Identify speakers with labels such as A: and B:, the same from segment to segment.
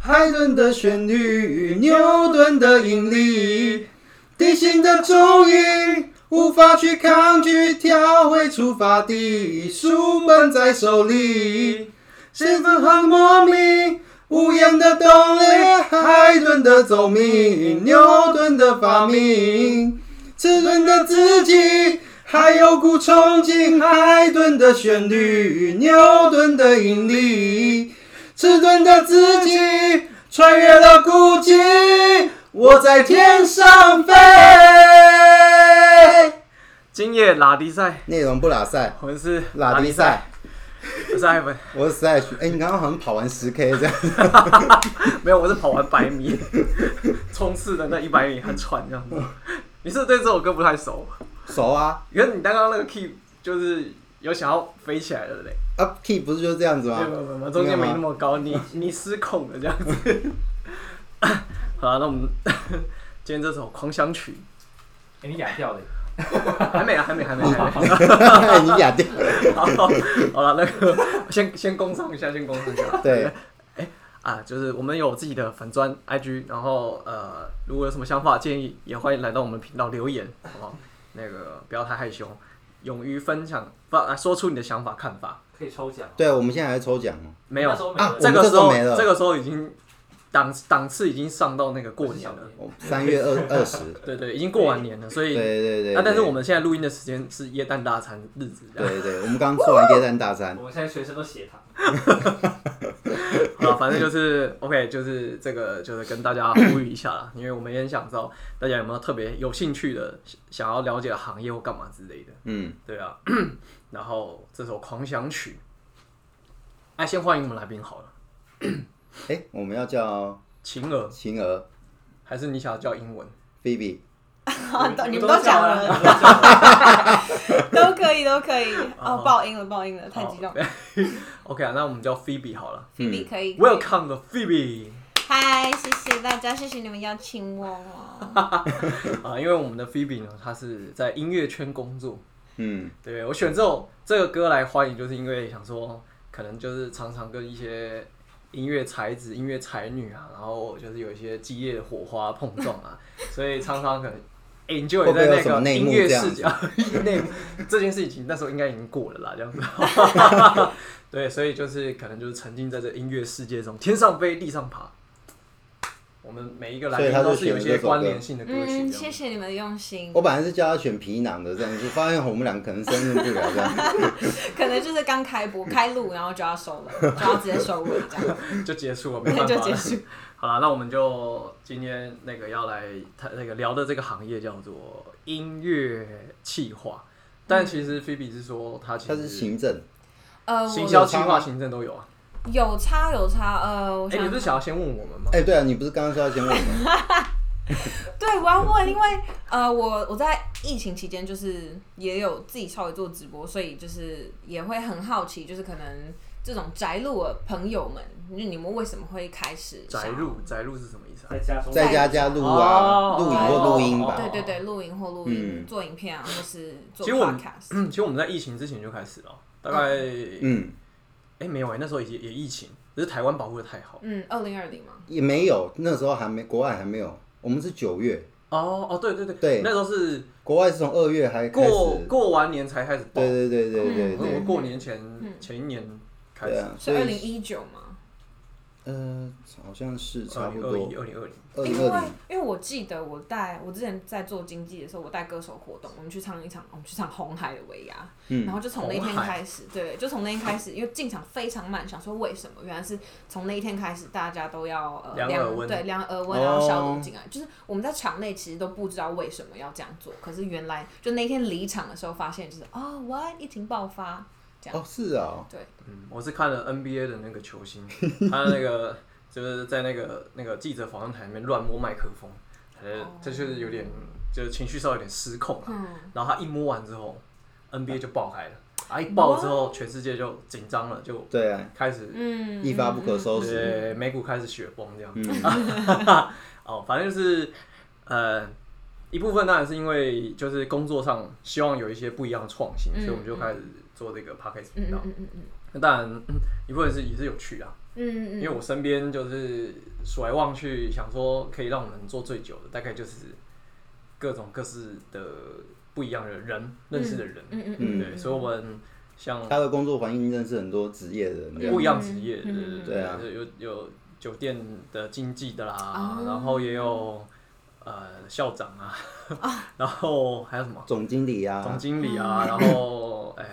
A: 海豚的旋律与牛顿的引力，地心的重力无法去抗拒，跳回出发地，书本在手里，兴奋很莫名。无言的动力，海豚的奏鸣，牛顿的发明，迟钝的自己，还有股憧憬，海豚的旋律，牛顿的引力，迟钝的自己穿越了孤寂，我在天上飞。
B: 今夜拉迪赛，
A: 内容不拉塞，
B: 我们是
A: 拉迪赛，
B: 我是艾文，
A: 我是 Sash。哎、你刚刚好像跑完十 K 这样，
B: 没有，我是跑完百米， 冲刺的那一百米很喘这样子。你是不是对这首歌不太熟，
A: 熟啊？
B: 可是你刚刚那个 key 就是有想要飞起来了嘞，
A: 啊，Key 啊不是就是这样子
B: 没有
A: 吗
B: 没？有没有，中间没那么高，你你失控了这样子。 好了，那我们 今天这首《狂想曲
C: 给你俩票的，》
B: 还没啊，还没，还没，还没。
A: 你哑掉了。
B: 好，好了，那个先先工商一下，先工商一下。
A: 对，
B: 啊，就是我们有自己的粉砖 IG，然后呃，如果有什么想法建议，也欢迎来到我们频道留言，好不 好？那个不要太害羞，勇于分享，发、啊、说出你的想法看法。
C: 可以抽奖。
A: 对，我们现在还在抽奖哦。
B: 没有
C: 那时候没
A: 啊
C: 有
B: 这
A: 我们
B: 个
A: 这
B: 时候，
A: 都没了
B: 这个时候已经档档次已经上到那个过年了，
A: 哦三月二二十，
B: 对对，已经过完年了，所
A: 对
B: 以
A: 对对对。
B: 啊，但是我们现在录音的时间是耶诞大餐日子，这样
A: 对对，我们刚吃完椰蛋大餐，
C: 我们现在全身都血糖，
B: 啊，反正就是 OK，就是这个，就是跟大家呼吁一下啦，因为我们也很想知道大家有没有特别有兴趣的、想想要了解的行业或干嘛之类的，
A: 嗯，
B: 对啊。 然后这首《狂想曲》，哎，先欢迎我们来宾好了，
A: 哎，我们要叫
B: 晴儿，
A: 晴儿
B: 还是你想要叫英文？
A: 菲比，
D: 好，都
C: 你
D: 你
C: 们
D: 们都讲
C: 你
D: 了，
C: 们都讲了，
D: 都可以，都可以。
B: 好
D: 哦，爆音了，爆音了，太激动。
B: OK 啊，那我们叫 Phoebe 好了
D: B
A: 嗯
D: 可以。可以
B: ，Welcome to Phoebe
D: 嗨，谢谢大家，谢谢你们邀请我哦。
B: 啊，因为我们的 Phoebe 呢，她是在音乐圈工作，
A: 嗯，
B: 对我选这首这个歌来欢迎，就是因为想说，可能就是常常跟一些音乐才子、音乐才女啊，然后就是有一些激烈的火花碰撞啊，所以常 常可能 enjoy
A: 会不会
B: 在
A: 有
B: 那
A: 什么
B: 个
A: 内幕
B: 音乐
A: 这样
B: 视角内幕这件事情，那时候应该已经过了啦，这样子。 对，所以就是可能就是沉浸在这音乐世界中，天上飞，地上爬。我们每一个来
A: 所以
B: 宾
A: 他就
B: 都是有一
A: 选了
B: 些
A: 这首
B: 关
A: 歌
B: 联性的歌曲，
D: 嗯，
B: 这样
D: 谢谢你们的用心
A: 我，本来是叫他选皮囊的，这样就发现我们俩可能胜任不了这样，
D: 可能就是刚开播、开录，然后就要收 了，就要直接收尾这样，
B: 就结束了，没办法
D: 那 就
B: 了
D: 结束。
B: 好了，那我们就今天那个要来他那个聊的这个行业叫做音乐企划，但其
D: 嗯
B: 实菲比是说他其
A: 他是
B: 实
A: 行哦政，
B: 嗯
D: 呃，
B: 行
D: 我
B: 销企划、行政都有啊。
D: 有差有差，呃，我
B: 哎、
D: 想
B: 你不是想要先问我们吗？
A: 哎，对啊，你不是刚刚说要先问我们，
D: 对，我要问，因为呃，我我在疫情期间就是也有自己稍微做直播，所以就是也会很好奇，就是可能这种宅路的朋友们，就是你们为什么会开始想
B: 宅入宅入是什么意思啊？
C: 在家中
A: 在家加录啊，
B: 哦
A: 录影或录音吧，
D: 对对对，录影或录音、
A: 嗯
D: 做影片啊，或是做
B: 其实我们
D: podcast，哦
B: 嗯，其实我们在疫情之前就开始了，大概哎、
A: 嗯，
B: 没有哎、那时候也也疫情，只是台湾保护的太好。
D: 嗯，二零二零嘛，
A: 也没有，那时候还没，国外还没有，我们是九月，
B: 哦哦，对对对
A: 对
B: 那时候是
A: 国外是从二月还开
B: 过
A: 始，
B: 过完年才开始爆，
A: 对
B: 嗯
A: 对对
D: 嗯
A: 对对
B: 我们
A: 对，
B: 过年前、前一年开
A: 对
B: 始，
A: 啊，所
D: 是二零
A: 以
D: 一九嘛，
A: 呃，好像是差
B: 二
A: 不
B: 零
A: 多
B: 二一、，二零二零。
A: 二
D: 因
A: 零
D: 为
A: 二零。
D: 因为我记得我带我之前在做经济的时候，我带歌手活动，我们去唱一场，我们去唱红海的维亚，然后就从那一天
B: 嗯红海
D: 开始，对，就从那一天开始，因为进场非常慢，想说为什么？原来是从那一天开始，大家都要呃
B: 量耳温
D: 对量耳温，
A: 哦
D: 然后消毒进来。就是我们在场内其实都不知道为什么要这样做，可是原来就那一天离场的时候发现，就是哦，what 疫情爆发，这样
A: 哦，是啊、
D: 对，
B: 嗯，我是看了 NBA 的那个球星， 他那个就是在那个那个记者访问台里面乱摸麦克风，呃，
D: 哦
B: 这就是有点就是情绪稍微有点失控啊。
D: 嗯，
B: 然后他一摸完之后，NBA 就爆开了，啊，一爆之后全世界就紧张了，就
A: 对啊，
B: 开始
D: 嗯，
A: 一发不可收拾。
B: 对美股开始雪崩这样。
A: 嗯，
B: 哦，反正就是呃，一部分当然是因为就是工作上希望有一些不一样的创新，
D: 嗯
B: 所以我们就开始做这个 podcast
D: 嗯
B: 频道
D: 嗯。嗯嗯嗯
B: 那当然，嗯一部分是也是有趣啊。
D: 嗯嗯嗯，
B: 因为我身边就是数来望去，想说可以让我们做最久的，大概就是各种各式的不一样的人，认识的人，
D: 嗯嗯
A: 嗯
B: 对，所以我们像
A: 他的工作环境认识很多职业的人，
B: 不一样职嗯业，对
D: 嗯
B: 对对
A: 对啊
B: 对有有酒店的经济的啦
D: 哦，
B: 然后也有呃校长啊，
D: 哦
B: 然后还有什么
A: 总经理啊，
B: 总经理
D: 嗯
B: 啊，然后呃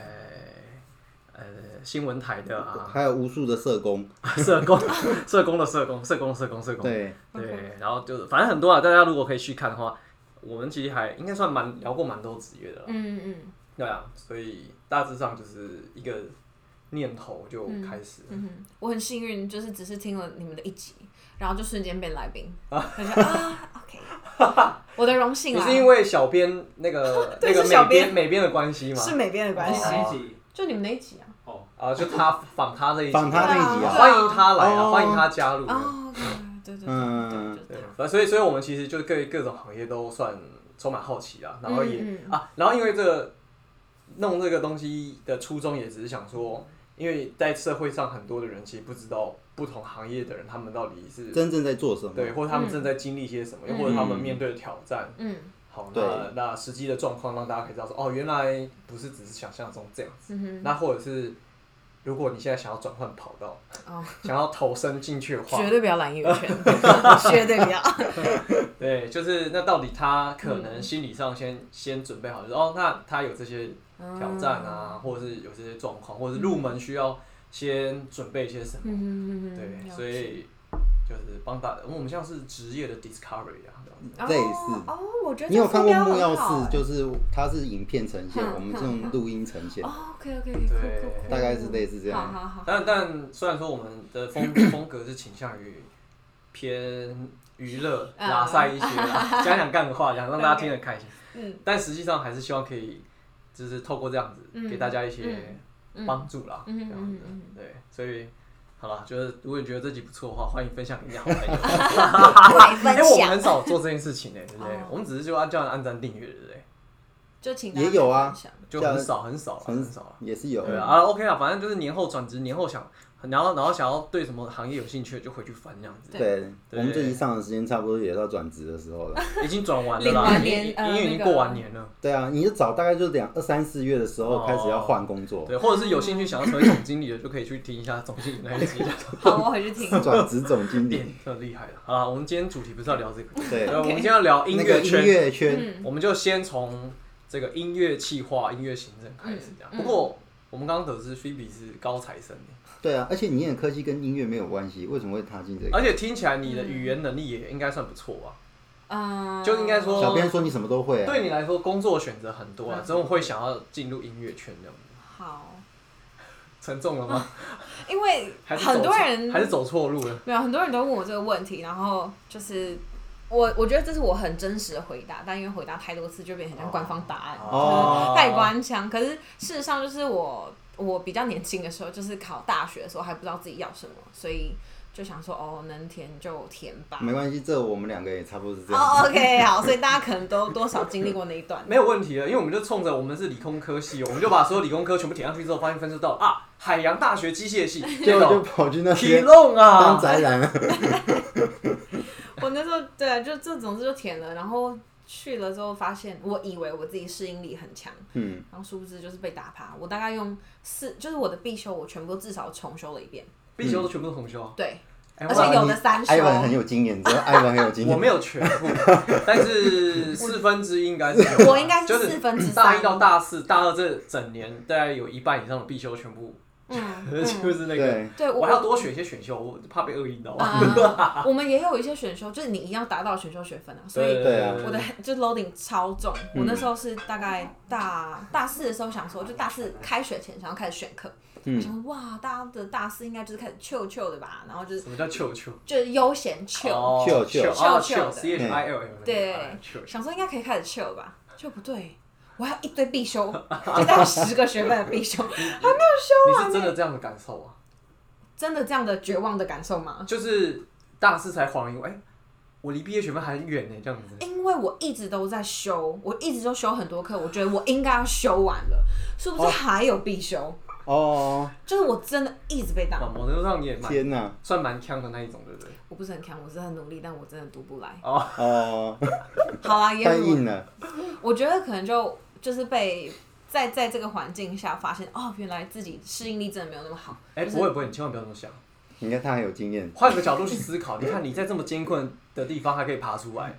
B: 呃新闻台的啊，
A: 还有无数的社工，
B: 社工社工的社工社工的社工社工，
A: 对，
B: 对，然后就是反正很多啊，大家如果可以去看的话，我们其实还应该算蛮聊过蛮多职业的啦，
D: 嗯嗯
B: 对啊，所以大致上就是一个念头就开始了。
D: 嗯哼，我很幸运，就是只是听了你们的一集，然后就瞬间变来宾，我就啊，OK，我的荣幸
B: 你
D: 啦，
B: 是因为小编那 个那
D: 啊对
B: 个
D: 是小
B: 美
D: 编
B: 编美编的关系吗？
D: 是美编的关系，
B: 哦
C: 第一集
D: 就你们那一集啊，
C: 哦，
B: 啊，就他访他这一集
A: 访他
D: 这一集啊
B: 欢迎他来啊，
A: 哦
B: 欢迎他加入。
D: 哦，OK，对对
A: 嗯
D: 对对，就啊
B: 对
D: 是他，，
B: 呃反正所以所以我们其实就各各种行业都算充满好奇啦，然后也
D: 嗯嗯
B: 啊，然后因为这个弄这个东西的初衷也只是想说，因为在社会上很多的人其实不知道不同行业的人他们到底是
A: 真正在做什么？
B: 对，或者他们正在经历些什么，又或者他们面对的挑战。
D: 嗯
B: 好，
A: 对
B: 那那实际的状况让大家可以知道说，哦，原来不是只是想象中这样子。
D: 嗯哼，
B: 那或者是，如果你现在想要转换跑道，
D: 哦，
B: 想要投身进去 的话，
D: 绝对不要揽音乐 圈，绝对不要，
B: 对，就是那到底他可能
D: 嗯
B: 心理上先、先准备好，就是哦，那他有这些挑战
D: 嗯
B: 啊，或者是有这些状况，或者是入门需要先准备一些什么。
D: 嗯哼，嗯哼
B: 对，
D: 嗯哼，
B: 所以就是帮大，我们像是职业的 discovery 啊，
D: 了解
A: 类似
D: 哦，哦我觉得
A: 你有
D: 这
A: 看
D: 副
A: 过
D: 标
A: 木
D: 很
A: 曜
D: 好
A: 四，
D: 哎
A: 就是它是影片呈现，
D: 哼
A: 我们是用录音呈现，
D: 哦，OK OK，
B: 对
A: 大概是类似这
D: 好
A: 样。
D: 好好，
B: 但但虽然说我们的风风格是倾向于偏娱乐、
D: 嗯
B: 拉塞一些 啦，讲讲干话，想让大家听得开心。
D: 嗯
B: 但实际上还是希望可以，就是透过这样子
D: 嗯
B: 给大家一些
D: 嗯
B: 帮助啦。
D: 嗯
B: 这样
D: 嗯
B: 子
D: 嗯
B: 对，所以好了，就是如果你觉得这集不错的话，欢迎分享给你的 好朋友。
D: 来分
B: 因为我们
D: 享
B: 很少做这件事情呢，对不对
D: 哦？
B: 我们只是就按叫人按赞订阅，对不对？
D: 就请
A: 也有啊
D: 大家分享
B: 就很少很少了，很少了。
A: 也是有
B: 对啊，啊，OK 啊，反正就是年后转职，年后想，然后然后想要对什么行业有兴趣的就回去翻这样子，
A: 对，
B: 对
A: 我们这集上的时间差不多也到转职的时候了。
B: 已经转完了
D: 领
B: 啦，
D: 完
B: 已经
D: 年
B: 已
D: 呃
B: 经已经
D: 那个
B: 过完年了，
A: 对啊，你就早大概就两二三四月的时候
B: 哦
A: 开始要换工作，
B: 对，或者是有兴趣想要成为总经理的，就可以去听一下总经理那一 集，
D: 好，我回去 听。
A: 转职总经理
B: 点。特厉害了。好啦，我们今天主题不是要聊这个，
A: 对
B: 我们今天要聊 音
A: 那个
B: 乐
A: 音
B: 圈，
A: 乐圈，
D: 嗯
B: 我们就先从这个音乐企划、音乐行政开始这样。
D: 嗯
B: 不过我们刚刚得知 Phoebe 是高材生，
A: 对啊，而且你演科技跟音乐没有关系，为什么会踏进这个？
B: 而且听起来你的语言能力也应该算不错吧？
D: 嗯，
B: 就应该说
A: 小编说你什么都会啊，
B: 对你来说，工作选择很多啊，
D: 嗯
B: 之后会想要进入音乐圈这样。
D: 好，
B: 沉重了 吗？
D: 因为
B: 还是走
D: 很多
B: 错
D: 人
B: 还是走错路了？
D: 没有很多人都问我这个问题，然后就是我我觉得这是我很真实的回答，但因为回答太多次就变得很像官方答案，
A: 哦
D: 就是太官腔。可是事实上就是我我比较年轻的时候，就是考大学的时候还不知道自己要什么，所以就想说哦，能填就填吧。
A: 没关系，这我们两个也差不多是这样。
D: 哦、o k 好，所以大家可能都多少经历过那一段。
B: 没有问题了，因为我们就冲着我们是理工科系，我们就把所有理工科全部填上去之后，发现分数到了啊，海洋大学机械系，
A: 结
B: 结
A: 果就
B: 果
A: 跑去那
B: 体
A: 边
B: 弄
A: 当
B: 啊，
A: 宅男了。
D: 我那时候对啊，就这总之就填了，然后去了之后发现，我以为我自己适应力很强，
A: 嗯，
D: 然后殊不知就是被打趴。我大概用四，就是我的必修，我全部都至少重修了一遍。
B: 必修都全部都重修啊，
D: 对，
B: 哎
D: 而且
B: 我
D: 有的三
A: 艾文
D: 修
A: 很有经验，你知道艾文很有经
B: 我
A: 验。
B: 没有全部，但是四分之一应该是有的
D: 我应该是
B: 就是
D: 四分之
B: 大
D: 三
B: 一到大四、大二这整年，大概有一半以上的必修全部，
D: 嗯
B: 就是那个，
A: 对，
D: 对
B: 我还要
D: 我。
B: 多选一些选修，我怕被恶意，你知道吗？
D: 啊，我们也有一些选修，就是你一定要达到选修学分啊，所以
A: 对啊
D: 我的 就 loading 超重。我
B: 嗯
D: 那时候是大概大大四的时候想说，就大四开学前想要开始选课，
B: 嗯
D: 我想说哇，大家的大四应该就是开始 chill chill 的吧，然后就是
B: 什么叫球球？
D: 就是悠闲 chill，、
A: Chill, chill
B: 哦
D: Chill, chill 的
B: C H I L L
D: 对
B: ，chill，
D: 想说应该可以开始 chill 吧，就不对，我还有一堆必修，就大概十个学分的必修，啊
B: 你是真的这样的感受啊？
D: 真的这样的绝望的感受吗？
B: 就是大四才恍然，哎，我离毕业学分还很远呢，这样子。
D: 因为我一直都在
B: 哦
D: 修，我一直都修很多课，我觉得我应该要修完了，是不是还有必修？
A: 哦，
D: 就是我真的一直被
B: 哇，
D: 挡，
B: 某程度上你也蛮
A: 天哪，
B: 算蛮强的那一种，对不对？
D: 我不是很强，我是很努力，但我真的读不来。
B: 哦，
A: 哦，
D: 好啦，也
A: 太
D: 很
A: 硬了，
D: 我觉得可能就就是被在在这个环境下发现，哦，原来自己适应力真的没有那么好。
B: 哎，
D: 就是
B: 不会不会，你千万不要这么想，
A: 你看他很有经验，
B: 换个角度去思 考，你看你在这么艰困的地方还可以爬出来，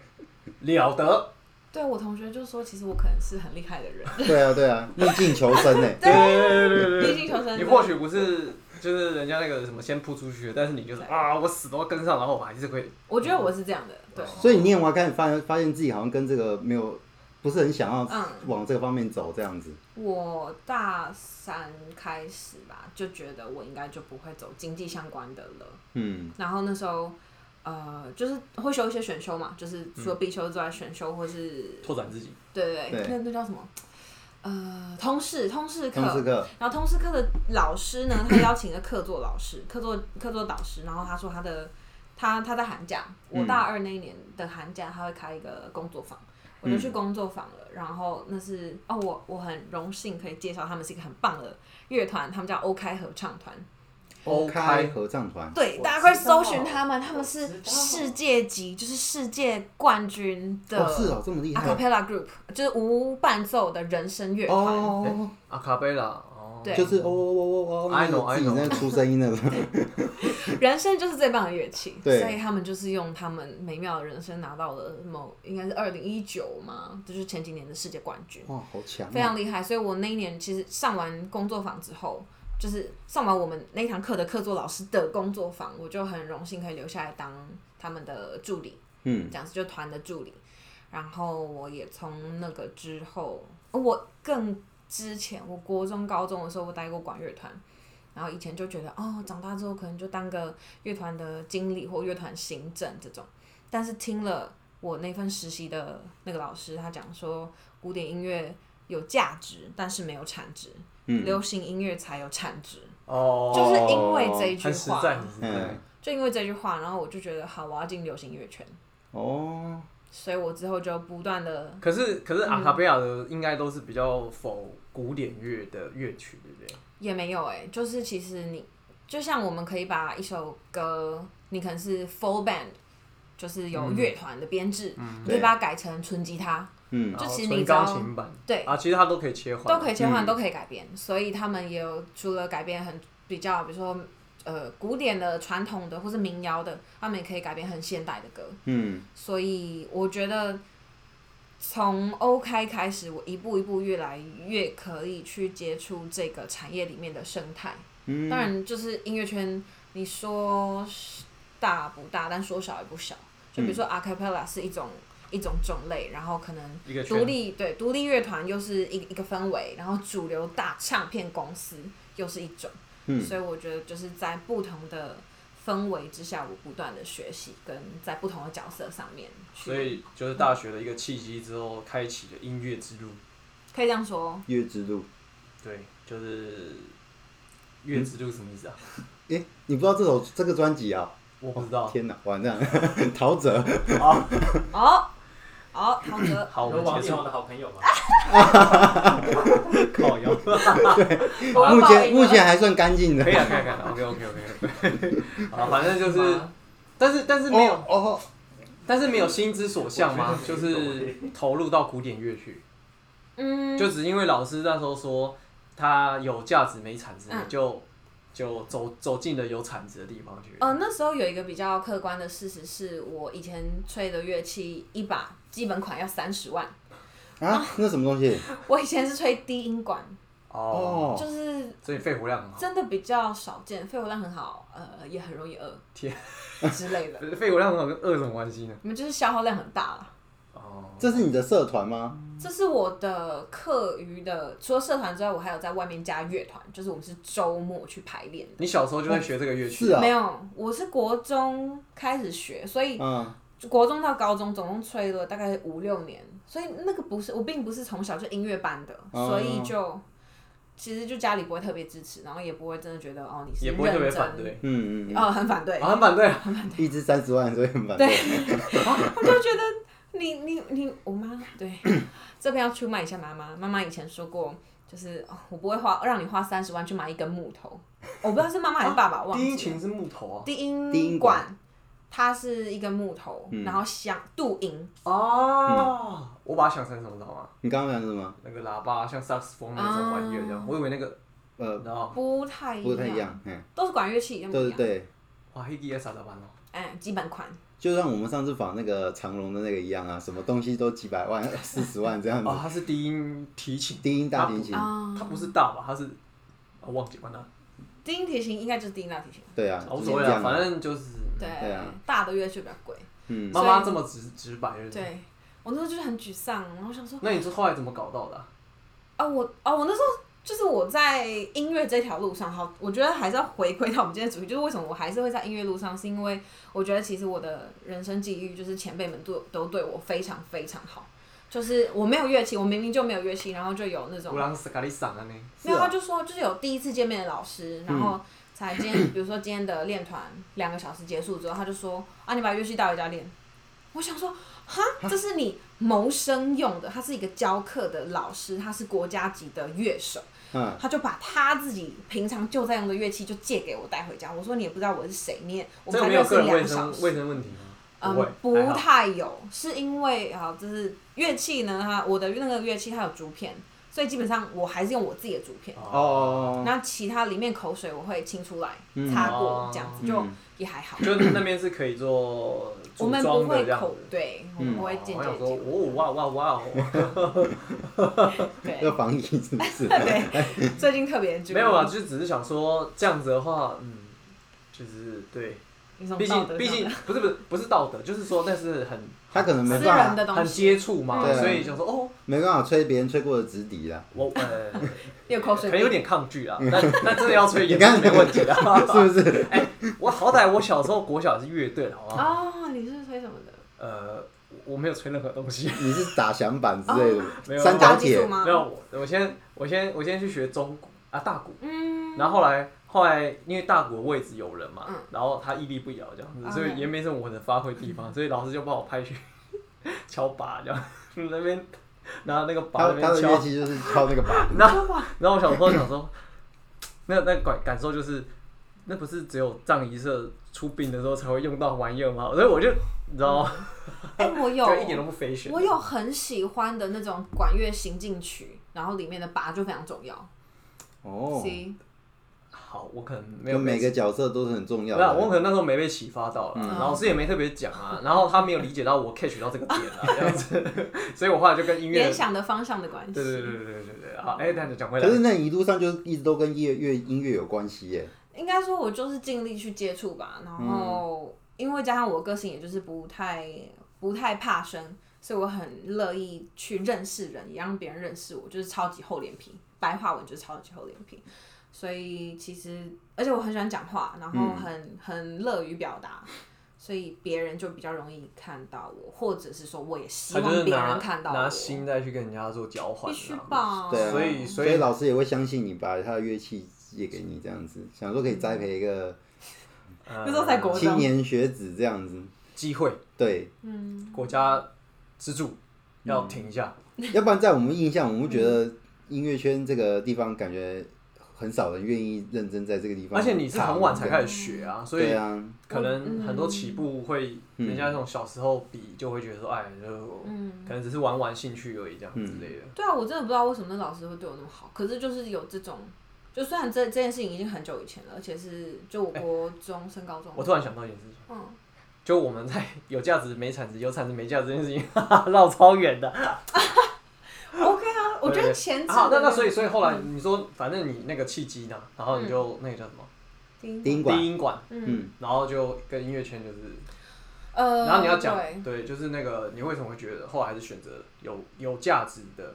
B: 了得，
D: 对我同学就说，其实我可能是很厉害的人，
A: 对啊对啊，逆境求生呢，
B: 对对对对
D: 逆
B: 对
D: 境求生。
B: 你或许不是就是人家那个什么先扑出去的，但是你就是啊，我死都要跟上，然后我还是会
D: 我觉得我是这样的，对，
A: 所以你念完开始发现发现自己好像跟这个没有，不是很想要
D: 嗯
A: 往这个方面走这样子，
D: 我大三开始吧，就觉得我应该就不会走经济相关的了。
A: 嗯，
D: 然后那时候，呃，就是会修一些选修嘛，就是除了必修之外，选修或是
B: 拓展自己。
D: 对对
A: 对
D: 对，那那叫什么？呃，通识通识课
A: 通，识课，
D: 然后通识课的老师呢，他邀请了客座老师、 客座客座导师，然后他说他的他他在寒假，我大二那一年的寒假，他会开一个工作坊，我就去
A: 嗯
D: 工作坊了。然后那是哦，我我很荣幸可以介绍他们是一个很棒的乐团，他们叫欧开合唱团。
B: 欧
A: 开
B: 开
A: 合唱团，
D: 对，
C: 我
D: 大家快
C: 知道
D: 搜寻他们，他们
C: 我
D: 是
C: 知道
D: 世界级，就是世界冠军的
A: 哦是哦，这么厉
D: a
A: 害
D: cappella group，就是无伴奏的人声乐团。
A: 哦，
B: 阿卡贝拉，哦，
D: 对
A: 就是哦哦哦哦哦，那
B: I know,
A: 个
B: I
A: 自己
B: know
A: 那个出声音那个，
D: 人声就是最棒的乐器，
A: 对
D: 所以他们就是用他们美妙的人声拿到了某应该是二零一九嘛，就是前几年的世界冠军，
A: 哇，好强
D: 非
A: 啊，
D: 常厉害。所以我那一年其实上完工作坊之后，就是上完我们那一堂课的课座老师的工作坊，我就很荣幸可以留下来当他们的助理，
A: 嗯，
D: 这样子就团的助理。然后我也从那个之后，哦我更之前，我国中、高中的时候，我待过管乐团。然后以前就觉得，哦，长大之后可能就当个乐团的经理或乐团行政这种。但是听了我那份实习的那个老师，他讲说，古典音乐有价值，但是没有产值，
A: 嗯
D: 流行音乐才有产值。
B: 哦，
D: 就是因为这一句
B: 很实
D: 话，
B: 在，很实在
A: 嗯。
D: 就因为这句话，然后我就觉得，好，我要进流行音乐圈。
A: 哦，
D: 所以我之后就不断的，
B: 可是可是
D: 嗯
B: 阿卡贝拉的应该都是比较否古典乐的乐曲，对不对？
D: 也没有哎、就是其实你就像我们可以把一首歌，你可能是 full band，就是有
B: 嗯
D: 乐团的编制，你可以
A: 对
D: 把它改成纯吉他，
A: 嗯，
D: 就
B: 然后
D: 其实
B: 纯
D: 你只要
B: 钢琴版，
D: 对，
B: 啊，其实它都可以切换，
D: 都可以切
A: 嗯
D: 换，都可以改编。所以他们也有除了改编很比较，比如说呃古典的、传统的或是民谣的，他们也可以改编很现代的歌。
A: 嗯，
D: 所以我觉得从 OK 开始，我一步一步越来越可以去接触这个产业里面的生态。
A: 嗯
D: 当然，就是音乐圈，你说大不大，但说少也不小。就
A: 嗯
D: 比如说 a cappella 是一种一种种类，然后可能
B: 一个圈
D: 独立对独立乐团又是一一个氛围，然后主流大唱片公司又是一种。
A: 嗯
D: 所以我觉得就是在不同的氛围之下，我不断的学习，跟在不同的角色上面去，
B: 所以就是大学的一个契机之后，开启了音乐之路。
D: 可以这样说，
A: 月之路，
B: 对，就是乐之路什么意思啊？
A: 诶，你不知道这首这个专辑啊？
B: 我不知道。，
A: 天哪，完蛋，陶喆，
D: 哦，好，陶喆
B: 好，我
C: 有
B: 们
C: 王
B: 结
C: 力
B: 束
C: 宏。的好朋友嘛，
B: 靠腰。
D: 我要
A: 目
D: 报
A: 前
D: 应了
A: 目前还算干净的
B: 可以。啊，可以啊。OK OK OK。好， 反正就是，但是但是没有，
A: 哦哦，
B: 但是没有心之所向嘛，
C: 我觉
B: 就
C: 得没有
B: 是投入到古典乐去，
D: 嗯，
B: 就只因为老师那时候说他有价值没产值，
D: 嗯
B: 你就就走走进了有产值的地方去。
D: 呃，那时候有一个比较客观的事实是，我以前吹的乐器一把基本款要三十万，
A: 啊，那什么东西？
D: 我以前是吹低音管，
B: 哦，
A: 哦，
D: 就是
B: 所以肺活量很好。
D: 真的比较少见，肺活量很好，呃，也很容易饿，
B: 天
D: 之 类的，
B: 肺活量很好跟饿有什么关系呢？
D: 你们就是消耗量很大了。
B: 哦，
A: 这是你的社团吗？
D: 这是我的课余的，除了社团之外，我还有在外面加乐团，就是我们是周末去排练。
B: 你小时候就在学这个乐器？
A: 是啊
D: 没有，我是国中开始学，所以
A: 嗯，
D: 国中到高中总共吹了大概五六年，所以那个不是我并不是从小就音乐班的，
A: 哦
D: 所以就其实就家里不会特别支持，然后也不会真的觉得哦你是
B: 也
D: 认
B: 不会特别
D: 真，
B: 反对，
A: 嗯嗯
D: 哦很反对，
B: 啊，很反对啊，
A: 嗯，一支三十万，所以很烦。
D: 对，我就觉得你你你，我妈对这边要出卖一下妈妈。妈妈以前说过，就是、哦我不会花让你花三十万去买一根木头，我不知道是妈妈还是爸
A: 哦
D: 爸，我忘
B: 低音
D: 记了。
B: 琴是木头啊。
D: 低音
A: 低音管
D: 管，它是一根木头，
A: 嗯
D: 然后响镀银，
B: 哦，我把它想成什么，你知道吗？
A: 你刚刚讲的是什么？
B: 那个喇叭像萨克斯风那种玩乐这
D: 哦
B: 样，我以为那个，
A: 呃，
B: 然后
D: 不太
A: 不太一，样，嘿，
D: 都是管乐器，一样不
A: 对对
D: 一样。
A: 对，
B: 哇，黑吉也傻傻班哦。
D: 哎，基本款。
A: 就像我们上次访那个长隆的那个一样啊，什么东西都几百万、 四十万这样子
B: 哦，，它是低音提琴，
A: 低音大提琴，
D: 啊，
B: 它不是大吧？它是，啊，忘记完了，
D: 低音提琴应该就是低音大提琴，
A: 对啊
B: 啊，
A: 就
B: 无
A: 是
B: 所谓
A: 这
B: 啊，
A: 样
B: 反
A: 啊，
B: 正就是
D: 对，
A: 对啊
D: 大的乐器比较贵，
A: 嗯，
B: 妈妈这么直直白，就是。
D: 对。我那时候就是很沮丧，然后想说，
B: 那你是后来怎么搞到的啊？
D: 啊，我啊，我那时候就是我在音乐这条路上，好，我觉得还是要回归到我们今天的主题，就是为什么我还是会在音乐路上，是因为我觉得其实我的人生际遇就是前辈们都都对我非常非常好，就是我没有乐器，我明明就没有乐器，然后就有那种
B: 我让斯卡利桑啊嗯呢？
A: 是
D: 没有，他
A: 啊，
D: 就说就是有第一次见面的老师，然后才 今天，比如说今天的练团两个小时结束之后，他就说啊，你把乐器带回家练。我想说，哈，这是你谋生用的，他是一个教课的老师，他是国家级的乐手，
A: 嗯，
D: 他就把他自己平常就在用的乐器就借给我带回家。我说你也不知道我是谁，你也我
B: 这
D: 们
B: 个
D: 才
B: 没有
D: 认
B: 个人卫
D: 识两小
B: 生
D: 时。
B: 卫生问题吗？
D: 嗯，
B: 不
D: 不
B: 会，还好
D: 太有，是因为啊，就是乐器呢，它我的那个乐器它有竹片，所以基本上我还是用我自己的竹片。
A: 哦哦，哦
D: 那其他里面口水我会清出来
A: 嗯
D: 擦过，这样子、
A: 嗯
D: 就也还好。
B: 哦就那边是可以做
D: 我
B: 组
D: 们不
B: 装的
D: 会
B: 这样
D: 口
B: 子。，
D: 对，我们
A: 嗯
D: 不会间
B: 我
D: 接
B: 想
D: 接
B: 说，
D: 触，
B: 哦哇哇哇哦，
D: 对
A: 要防疫是不 是？
D: 对。最近特别注意，
B: 没有啊，就是只是想说这样子的话，嗯，就是对，
D: 一种
B: 毕
D: 道
B: 竟
D: 德
B: 毕
D: 上
B: 竟
D: 的
B: 不是不是不是道德，就是说那是很
A: 他可能没
D: 私
A: 办
D: 人
A: 法，
D: 的东
B: 很
D: 西，
B: 接触嘛，
A: 啊
D: 对
B: 所以想说哦，
A: 没办法吹别人吹过的直笛啦，
B: 我 呃，
D: 有口
B: 可
D: 水
B: 能有
D: 病，
B: 点抗拒啊，但但真的要吹也
A: 你刚
B: 不
A: 刚
B: 是没问题的。
A: 是不是？
B: 我好歹我小时候国小是乐队的，好不好？
D: 哦，你是吹什么的？
B: 呃，我我没有吹任何东西，
A: 你是打响板之类
B: 没
A: 的，
B: 有
A: 三角
D: 高哦技术
A: 铁，
D: 吗
B: 没？有，我我先我先我先去学中鼓啊大鼓，
D: 嗯，
B: 然后后来后来因为大鼓的位置有人嘛，
D: 嗯哦
B: 然后他屹立不摇这样子，
D: OK
B: 所以也没什么我能发挥地方，所以老师就把我派去 敲把这样， 那边拿那个把
A: 他
B: 那
A: 他
B: 边
A: 的
B: 敲
A: 乐，器就是敲那个把，
B: 然后然后我小时候想说，那那感感受就是，那不是只有葬仪社出殡的时候才会用到玩意儿吗？所以我就你知道吗，
D: 哎，我有
B: 就一点都不 fashion。
D: 我有很喜欢的那种管乐行进曲，然后里面的拔就非常重要。
A: 哦，
D: C，
B: 好，我可能没有
A: 就
B: 被
A: 每个角色都是很重要
B: 没有，我
A: 的，
B: 可能那时候没被启发到了，
D: 嗯
B: 老师也没特别讲啊，然后他没有理解到我 catch 到这个点啊，这样子，所以我后来就跟音乐
D: 联，想的方向的关系。
B: 对对对对对对对，好，哎，那就讲回
A: 可是
B: 来，
A: 那一路上就一直都跟乐乐音乐有关系耶，
D: 应该说，我就是尽力去接触吧，
B: 嗯
D: 然后、因为加上我个性，也就是不太不太怕生，所以我很乐意去认识人，也让别人认识我，就是超级厚脸皮，白话文就是超级厚脸皮。所以其实，而且我很喜欢讲话，然
B: 嗯
D: 后很、很乐于表达，所以别人就比较容易看到我，或者是说我也希
B: 他就是
D: 望别
B: 拿
D: 人看到
B: 拿
D: 我，
B: 心再去跟人家做交换
D: 必
B: 啊，
D: 须吧？
A: 对啊
B: 所以
A: 所以老师也会相信你，把他的乐器借给你这样子，想说可以栽培一个
B: 那
D: 那时候才国
A: 青
D: 中，
A: 年学子这样子，
B: 机会，
A: 对，
D: 嗯，
B: 国家资助要停一下，
A: 要不然在我们印象，我们会觉得音乐圈这个地方感觉很少人愿意认真在这个地方踏入这
B: 而且
A: 样，
B: 你是很晚才开始学啊，所以
A: 对啊，
B: 可能很多
D: 嗯
B: 起步会，
A: 嗯
B: 人家那种小时候比就会觉得说，哎，就
D: 嗯
B: 可能只是玩玩兴趣而已这样之类的。
D: 对啊，我真的不知道为什么那老师会对我那么好，可是就是有这种，就虽然这这件事情已经很久以前了，而且是就我国中升高中，
B: 哎我突然想到一件事情。
D: 嗯，
B: 就我们在 有价值没产值、有产值没价值这件事情，哈 哈绕超远的。
D: OK 啊，我觉
B: 对
D: 得前置
B: 好，那
D: 的嗯
B: 那所以所以后来你说，反正你那个契机呢，然后你就那个叫什么
D: 丁
A: 音管，
B: 低音管，
D: 嗯
A: 嗯，
B: 然后就跟音乐圈就是，
D: 呃，
B: 然后你要讲
D: 对
B: 对，就是那个你为什么会觉得后来还是选择有有价值的，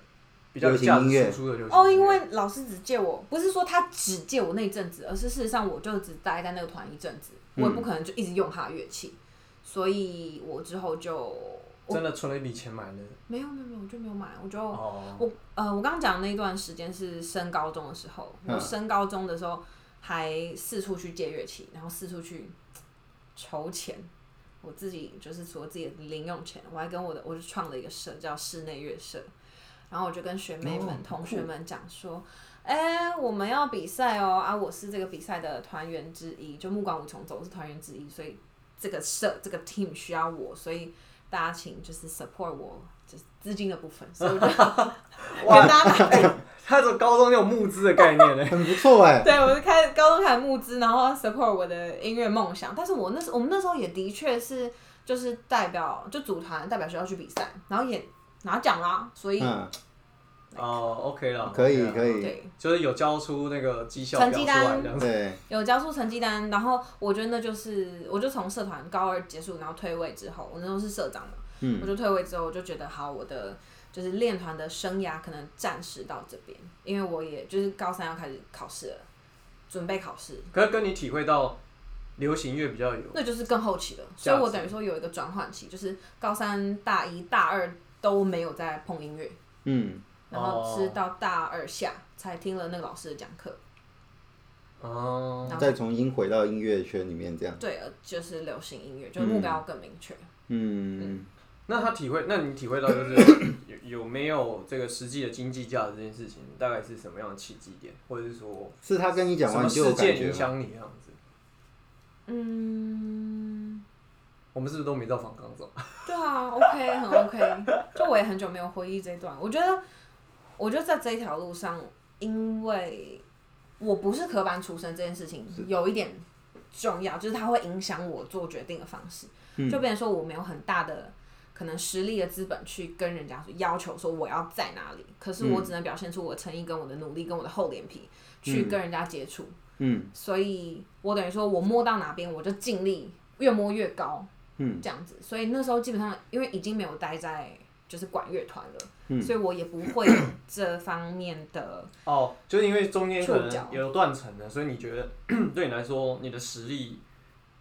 B: 比较有
A: 流行
B: 价
A: 音乐
B: 值输出的流行
D: 哦，
B: 音
D: 因
B: 乐
D: 为老师只借我，不是说他只借我那一阵子，而是事实上我就只待在那个团一阵子，
B: 嗯
D: 我也不可能就一直用他的乐器，所以我之后就我
B: 真的存了一笔钱买的
D: 没有没有没有，我就没有买，我就
B: 哦，
D: 我呃，我刚刚讲的那段时间是升高中的时候，
A: 嗯，
D: 我升高中的时候还四处去借乐器，然后四处去筹钱。我自己就是除了自己的零用钱，我还跟我的我就创了一个社叫室内乐社，然后我就跟学妹们、
B: 哦
D: 同学们讲说，哎、我们要比赛哦，啊，我是这个比赛的团员之一，就木管五重奏是团员之一，所以这个社这个 team 需要我，所以大家请就是 support 我，就是资金的部分，所以我就
B: 哇
D: 跟大家买
B: 他的高中有募资的概念呢
A: 很不错 哎、
D: 对，我就开始高中开始募资，然后 support 我的音乐梦想。但是我那时我们那时候也的确是就是代表就组团代表学校去比赛，然后也拿奖啦，所以、
A: 嗯，
B: 哦，OK 了，
A: 可以
B: OK 啦
A: 可以，
D: 对
B: 就是有交出那个绩效
D: 成
B: 表
D: 绩
B: 出
D: 单
B: 来这样子，
A: 对，
D: 有交出成绩单。然后我觉得那就是我就从社团高二结束，然后退位之后，我那时候是社长嘛，我
A: 嗯，
D: 就退位之后，我就觉得好，我的就是练团的生涯可能暂时到这边，因为我也就是高三要开始考试了，准备考试，
B: 可是跟你体会到流行乐比较有，
D: 那就是更后期了。
B: 价
D: 所
B: 值
D: 以我等于说有一个转换期，就是高三、大一、大二都没有在碰音乐，
A: 嗯，
D: 然后
B: 哦
D: 直到大二下才听了那个老师的讲课。
B: 哦，
A: 再重新回到音乐圈里面这样，
D: 对，呃就是流行音乐，就是目标更明确。
A: 嗯，
B: 那他体会，那你体会到就是有有 没有这个实际的经济价值这件事情，大概是什么样的契机点，或者是说
A: 嗯是他跟你讲
B: 什
A: 完
B: 么
A: 你就有
B: 事
A: 感
B: 件
A: 觉
B: 影
A: 吗？
B: 响你这样子？
D: 嗯，
B: 我们是不是都没到访刚走？
D: 对啊，OK，很 OK。就我也很久没有回忆这一段，我觉得，我觉得在这一条路上，因为我不是科班出身这件事情有一点重要，就是它会影响我做决定的方式。
A: 嗯
D: 就变成说我没有很大的可能实力的资本去跟人家要求说我要在哪里，可是
A: 嗯
D: 我只能表现出我的诚意、跟我的努力、跟我的厚脸皮去跟人家接触。
A: 嗯
D: 所以我等于说我摸到哪边我就尽力越摸越高，
A: 嗯，
D: 这样子。所以那时候基本上因为已经没有待在就是管乐团了，
A: 嗯
D: 所以我也不会 有这方面的
B: 哦，就是因为中间可
D: 触角
B: 能有断层的，所以你觉得 对你来说，你的实力，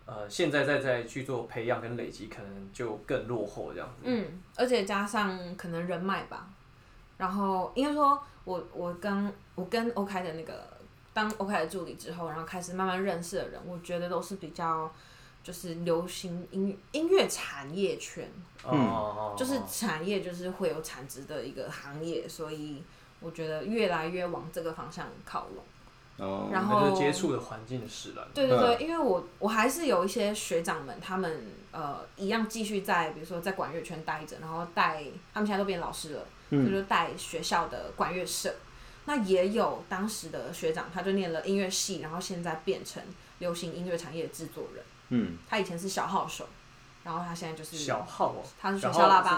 B: 呃，现在再再去做培养跟累积，可能就更落后这样子。
D: 嗯，而且加上可能人脉吧，然后应该说我我跟我跟 OK 的那个当 OK 的助理之后，然后开始慢慢认识的人，我觉得都是比较就是流行音音乐产业圈，
B: 哦哦，哦
D: 嗯就是产业就是会有产值的一个行业，所以我觉得越来越往这个方向靠拢。
A: 哦，
D: 然
B: 那
D: 后
B: 就是接触的环境的使然。
D: 对对对，因为我我还是有一些学长们，他们呃一样继续在比如说在管乐圈待着，然后带他们现在都变老师了，
A: 嗯
D: 所以就带学校的管乐社。那也有当时的学长，他就念了音乐系，然后现在变成流行音乐产业的制作人。
A: 嗯
D: 他以前是小号手，然后他现在就是
B: 小号哦，
D: 他是学
B: 小
D: 校
B: 号
D: 喇叭，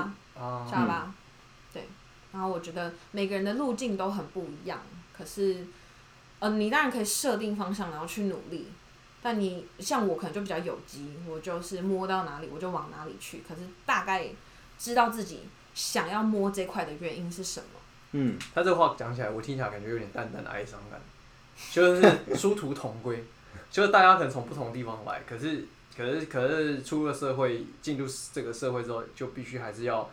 B: 啊，
D: 知道吧？对，然后我觉得每个人的路径都很不一样，可是，呃，你当然可以设定方向，然后去努力。但你像我可能就比较有机，我就是摸到哪里我就往哪里去，可是大概知道自己想要摸这块的原因是什么。
A: 嗯，
B: 他这话讲起来，我听起来感觉有点淡淡的哀伤感，就是殊途同归， 就是大家可能从不同地方来，可是可是可是出了社会，进入这个社会之后，就必须还是要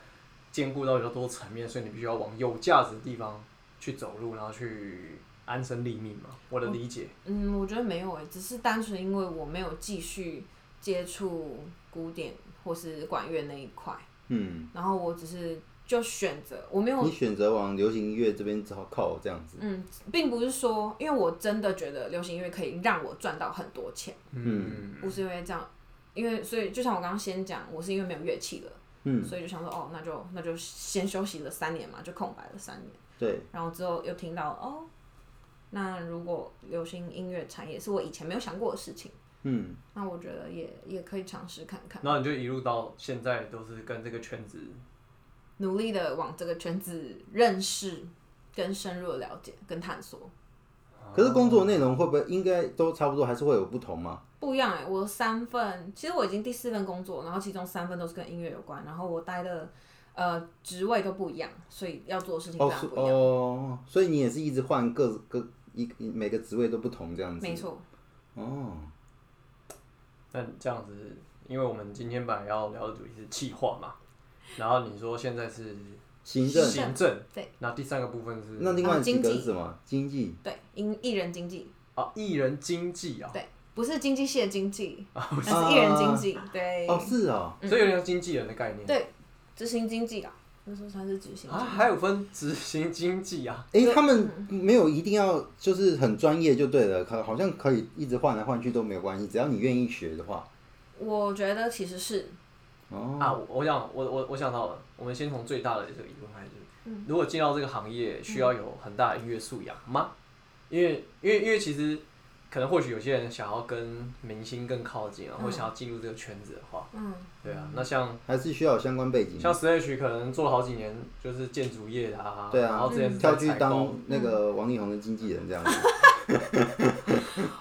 B: 兼顾到比较多层面，所以你必须要往有价值的地方去走路，然后去安身立命嘛。我的理解，
D: 嗯，我觉得没有诶、只是单纯因为我没有继续接触古典或是管乐那一块，
A: 嗯，
D: 然后我只是就选择我没有
A: 你选择往流行音乐这边靠靠这样子，
D: 嗯，并不是说，因为我真的觉得流行音乐可以让我赚到很多钱，
B: 嗯，
D: 不是因为这样，因为所以就像我刚刚先讲，我是因为没有乐器了，
A: 嗯，
D: 所以就想说，哦，那就那就先休息了三年嘛，就空白了三年，
A: 对，
D: 然后之后又听到哦，那如果流行音乐产业是我以前没有想过的事情，
A: 嗯
D: 那我觉得也也可以尝试看看，
B: 然后你就一路到现在都是跟这个圈子，
D: 努力的往这个圈子认识、更深入的了解、跟探索。
B: 啊
A: 可是工作内容会不会应该都差不多，还是会有不同
B: 啊
A: 吗？
D: 不一样哎、我三份，其实我已经第四份工作，然后其中三份都是跟音乐有关，然后我待的呃职位都不一样，所以要做的事情非
A: 哦
D: 常
A: 是
D: 不一样。
A: 哦，所以你也是一直换各各一每个职位都不同这样子，
D: 没错，
A: 哦，
B: 那这样子，因为我们今天本来要聊的主题是企划嘛，然后你说现在是
A: 行政。
B: 行政，
D: 对，
B: 那第三个部分是
A: 那另外
D: 啊
A: 几
D: 经
A: 个
D: 济
A: 是什么？经济
D: 对，音艺人经济，
B: 啊艺人经济啊，
D: 对，不是经济系的经济，
B: 哦
D: 而
A: 是
D: 啊是艺人经济，对，
A: 哦，是哦，
D: 嗯
B: 所以有点像经纪人的概念。
D: 对，执行经济啊，那时候算是执行
B: 啊，
D: 经
B: 还有分执行经济啊，
A: 哎、他们没有一定要就是很专业就对了，可好像可以一直换来换去都没有关系，只要你愿意学的话。
D: 我觉得其实是
A: 哦，
B: 啊，我我想我我我想到了，我们先从最大的这个疑问开始。
D: 嗯
B: 如果进到这个行业，需要有很大的音乐素养吗？因为因为因为其实可能或许有些人想要跟明星更靠近啊，或想要进入这个圈子的话，
D: 嗯，
B: 对啊，那像
A: 还是需要有相关背景。
B: 像 Slash 可能做了好几年，就是建筑业的啊，
A: 对
B: 然
A: 啊
B: 后之前是，在
A: 跳去
B: 采购
A: 当，那个王力宏的经纪人这 样子。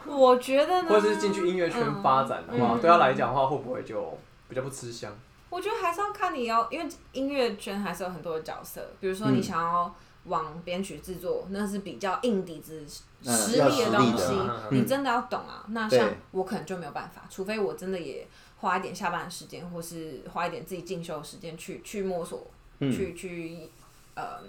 D: 我觉得呢，
B: 或者是进去音乐圈发展的话，
D: 嗯
B: 对他来讲的话，会不会就比较不吃香？
D: 我觉得还是要看你要，因为音乐圈还是有很多的角色，比如说你想要往编曲制作，那是比较硬底子、
A: 嗯
D: 实
A: 要
D: 力
A: 实
D: 的
A: 力
D: 东
A: 的
D: 西，
B: 嗯
D: 你真的要懂啊。那像
A: 对
D: 我可能就没有办法，除非我真的也花一点下班的时间，或是花一点自己进修的时间去去摸索，
A: 嗯
D: 去去呃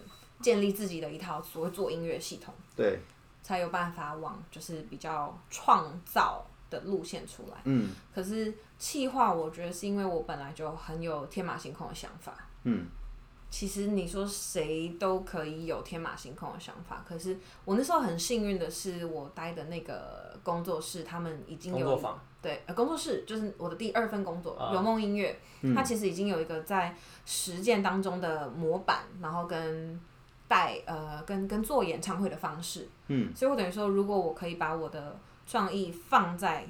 D: 建立自己的一套所谓做音乐系统，
A: 对，
D: 才有办法往就是比较创造的路线出来。
A: 嗯
D: 可是气化，我觉得是因为我本来就很有天马行空的想法。
A: 嗯，
D: 其实你说谁都可以有天马行空的想法，可是我那时候很幸运的是，我待的那个工作室，他们已经
B: 工作
D: 有
B: 坊
D: 对呃工作室，就是我的第二份工作
B: 啊
D: 有梦音乐，它其实已经有一个在实践当中的模板，然后跟带呃跟跟做演唱会的方式。
A: 嗯，
D: 所以我等于说，如果我可以把我的创意放在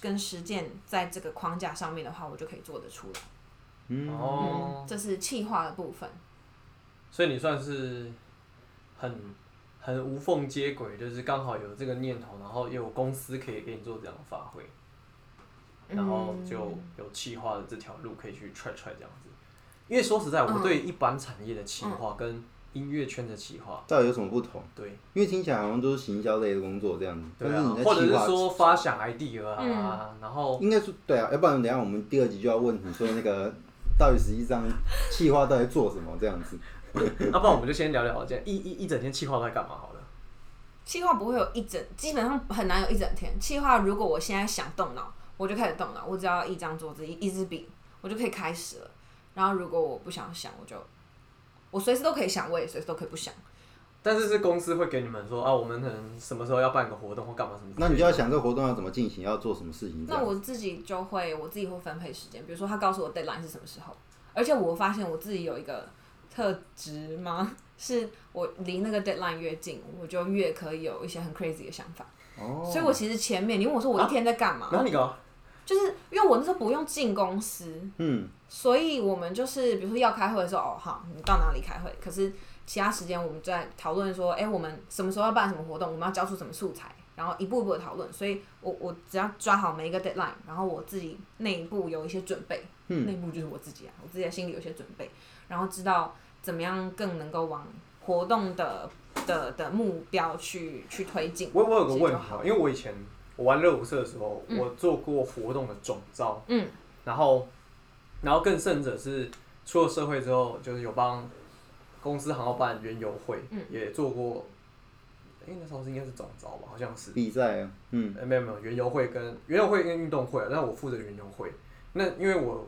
D: 跟实践在这个框架上面的话，我就可以做得出来。
A: 嗯，
B: 哦，
D: 这是气化的部分。
B: 所以你算是很很无缝接轨，就是刚好有这个念头，然后也有公司可以给你做这样的发挥，然后就有企划的这条路可以去踹踹这样子。因为说实在，我对一般产业的企划跟音乐圈的企划，
A: 到底有什么不同？
B: 对
A: 因为听起来好像都是行销类的工作这样子，
B: 对
A: 但是
B: 啊
A: 你，在
B: 或者
A: 企
B: 是
A: 划
B: 说发想 idea 啊，然后
A: 应该是对啊，要不然等一下我们第二集就要问你说那个到底实际上企划到底做什么这样 子。
B: 那啊不然我们就先聊聊这样一一一整天企划都在干嘛好了。
D: 气化不会有一整，基本上很难有一整天。气化如果我现在想动脑，我就开始动脑，我只要一张桌子、一一支笔，我就可以开始了。然后如果我不想想，我就我随时都可以想，我也随时都可以不想。
B: 但是是公司会给你们说啊，我们可能什么时候要办个活动或干嘛什么之类的。
A: 那你就要想这个活动要怎么进行，要做什么事嗯情这
D: 那
A: 样。
D: 我自己就会，我自己会分配时间。比如说，他告诉我 deadline 是什么时候，而且我发现我自己有一个特质吗？是我离那个 deadline 越近，我就越可以有一些很 crazy 的想法。
A: 哦，啊
D: 所以我其实前面你问我说我一天在干嘛，
B: 然后你搞
D: 就是因为我那时候不用进公司，
A: 嗯，
D: 所以我们就是比如说要开会的时候，哦好，你到哪里开会？可是其他时间我们在讨论说，哎、我们什么时候要办什么活动，我们要交出什么素材，然后一步一步的讨论。所以我我只要抓好每一个 deadline，然后我自己内部有一些准备，
B: 嗯
D: 内、部就是我自己啊，我自己在心里有一些准备，然后知道怎么样更能够往活动的的的目标去去推进。
B: 我我有个
D: 其实
B: 问
D: 就
B: 题
D: 好
B: 啊，因为我以前我玩热舞社的时候，我做过活动的总招，
D: 嗯，
B: 然后然后更甚者是出了社会之后，就是有帮公司行号办园游会，
D: 嗯
B: 也做过，哎、那时候是应该是总招吧，好像是，
A: 比赛啊，嗯
B: 呃，没有没有，园游会跟园游会跟运动会、啊，但我负责园游会。那因为我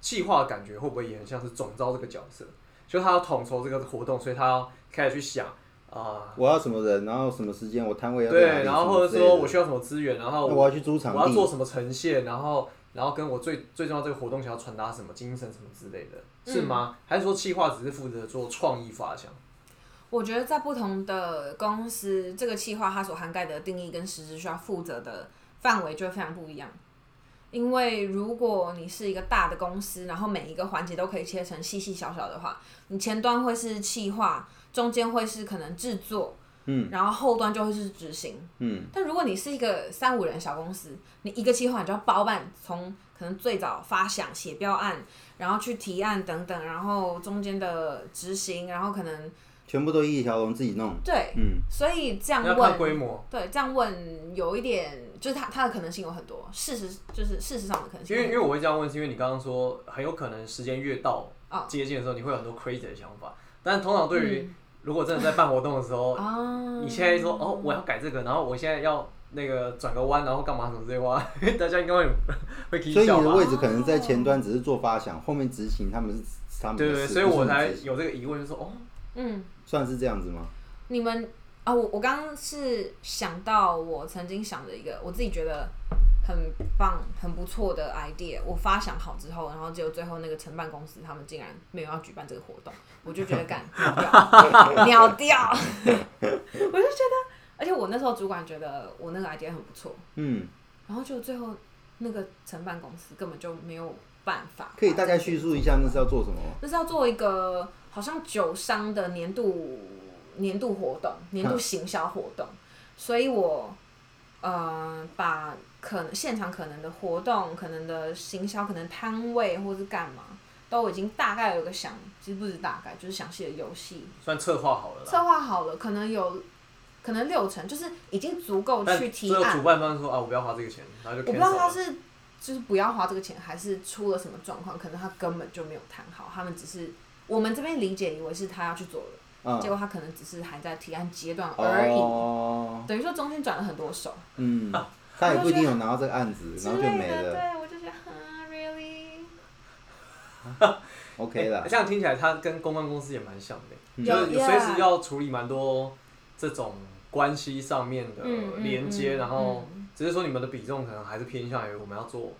B: 计划感觉会不会也很像是总招这个角色，就他要统筹这个活动，所以他要开始去想啊、
A: 我要什么人，然后什么时间，我摊位要在哪里
B: 对，然
A: 什
B: 后
A: 么
B: 或者
A: 之类的
B: 说我需要什么资源，然后
A: 那我要去租场
B: 我要
A: 地
B: 做什么呈现，然后然后跟我最最重要这个活动想要传达什么精神什么之类的，
D: 嗯
B: 是吗？还是说企划只是负责做创意发想？
D: 我觉得在不同的公司，这个企划它所涵盖的定义跟实质需要负责的范围就会非常不一样。因为如果你是一个大的公司，然后每一个环节都可以切成细细小小的话，你前端会是企划，中间会是可能制作，嗯，然后后端就会是执行，
A: 嗯，
D: 但如果你是一个三五人小公司，你一个计划你就要包办，从可能最早发想、写标案，然后去提案等等，然后中间的执行，然后可能
A: 全部都一条龙自己弄。
D: 对，
A: 嗯，
D: 所以这样
B: 要看规
D: 问，
B: 模，
D: 对，这样问有一点，就是它它的可能性有很多，事实就是事实上的可能性
B: 因为
D: 有
B: 因为
D: 很多。
B: 我会这样问，是因为你刚刚说很有可能时间越到
D: 哦
B: 接近的时候，你会有很多 crazy 的想法，但通常
D: 嗯
B: 对于如果真的在办活动的时候，哦
D: 啊，
B: 你现在说哦，我要改这个，然后我现在要那个转个弯，然后干嘛什么这些话， 大家应该会会听
A: 所以
B: 笑
A: 你的
B: 吧？
A: 位置可能在前端只是做发想，后面执行他们是他们的
B: 对对对，
A: 事
B: 所以
A: 不是
B: 我
A: 你
B: 才
A: 执行
B: 有这个疑问，就说哦，
D: 嗯，
A: 算是这样子吗？
D: 你们啊，我我刚刚是想到我曾经想的一个，我自己觉得很棒、很不错的 idea，我发想好之后，然后结果最后那个承办公司他们竟然没有要举办这个活动，我就觉 得干秒掉，秒掉， 我就觉得，而且我那时候主管觉得我那个 idea 很不错，
A: 嗯，
D: 然后就最后那个承办公司根本就没有办法，
A: 可以大概叙述一下那是要做什么吗？
D: 那是要做一个好像酒商的年度年度活动、年
A: 嗯
D: 度行销活动，所以我呃把可能现场可能的活动、可能的行销、可能摊位或是干嘛，都已经大概有个想，其实不是大概，就是详细的游戏
B: 算策划好了啦。
D: 策划好了，可能有可能六成，就是已经足够
B: 但
D: 去提
B: 最后
D: 案
B: 主。办方说啊，我不要花这个钱，然后就
D: 我
B: cancel
D: 不知道他
B: 了。
D: 是就是不要花这个钱，还是出了什么状况，可能他根本就没有谈好，他们只是我们这边理解以为是他要去做了，
A: 嗯，
D: 结果他可能只是还在提案阶段而已，
A: 哦，
D: 等于说中间转了很多手
A: 嗯，他也不一定有拿到这个案子，
D: 之
A: 然后就
D: 类
A: 没
D: 的，
A: 了。
D: 对我就觉得嗯 really。
A: OK 啦
B: 欸这，样听起来他跟公关公司也蛮像的，
A: 嗯
B: 就是
D: 有
B: 有
D: 啊
B: 随
D: yeah
B: 时要处理蛮多这种关系上面的
D: 嗯嗯
B: 连接，
D: 嗯
B: 然后
D: 嗯
B: 只是说你们的比重可能还是偏向于我们要做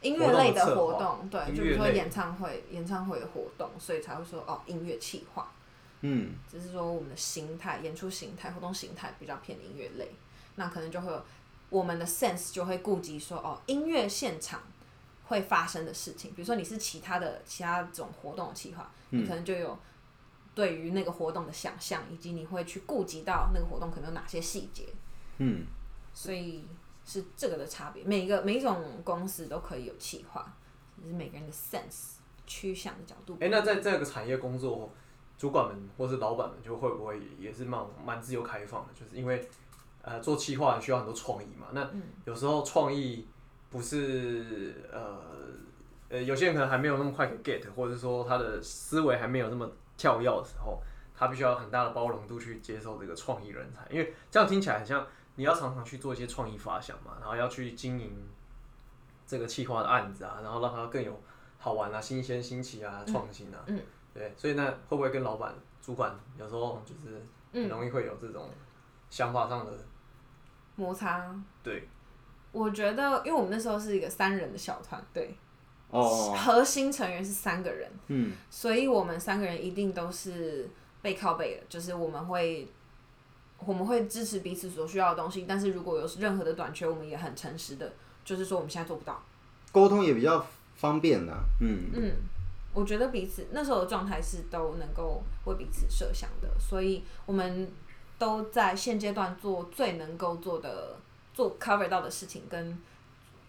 D: 音乐类的
B: 活
D: 活
B: 动的
D: 动，对，
B: 音
D: 就比如
B: 乐
D: 说
B: 类
D: 演唱会、演唱会的活动，所以才会说哦，音乐企划，
A: 嗯，
D: 只是说我们的形态、演出形态、活动形态比较偏音乐类，那可能就会有我们的 sense 就会顾及说哦，音乐现场会发生的事情，比如说你是其他的其他种活动的企划，
A: 嗯
D: 你可能就有对于那个活动的想象，以及你会去顾及到那个活动可能有哪些细节，
A: 嗯，
D: 所以是这个的差别。每一个每一种公司都可以有企划，只是每个人的 sense 趋向的角度不
B: 哎、
D: 一样。
B: 那在这个产业工作，主管们或是老板们就会不会也是蛮蛮自由开放的？就是因为呃做企划需要很多创意嘛，
D: 嗯
B: 那有时候创意不是呃呃有些人可能还没有那么快 get，或者说他的思维还没有那么跳跃的时候，他必须要有很大的包容度去接受这个创意人才，因为这样听起来很像你要常常去做一些创意发想嘛，然后要去经营这个企划的案子啊，然后让它更有好玩啊、新鲜、新奇啊、创新啊。
D: 嗯
B: 对，所以那会不会跟老板、主管有时候就是
D: 嗯
B: 很容易会有这种想法上的、
D: 摩擦
B: 对？
D: 我觉得，因为我们那时候是一个三人的小团队，
A: 哦，
D: 核心成员是三个人，
A: 嗯，
D: 所以我们三个人一定都是背靠背的，就是我们会我们会支持彼此所需要的东西，但是如果有任何的短缺，我们也很诚实的，就是说我们现在做不到。
A: 沟通也比较方便啦。嗯，
D: 嗯，我觉得彼此那时候的状态是都能够为彼此设想的，所以我们都在现阶段做最能够做的、做 cover 到的事情，跟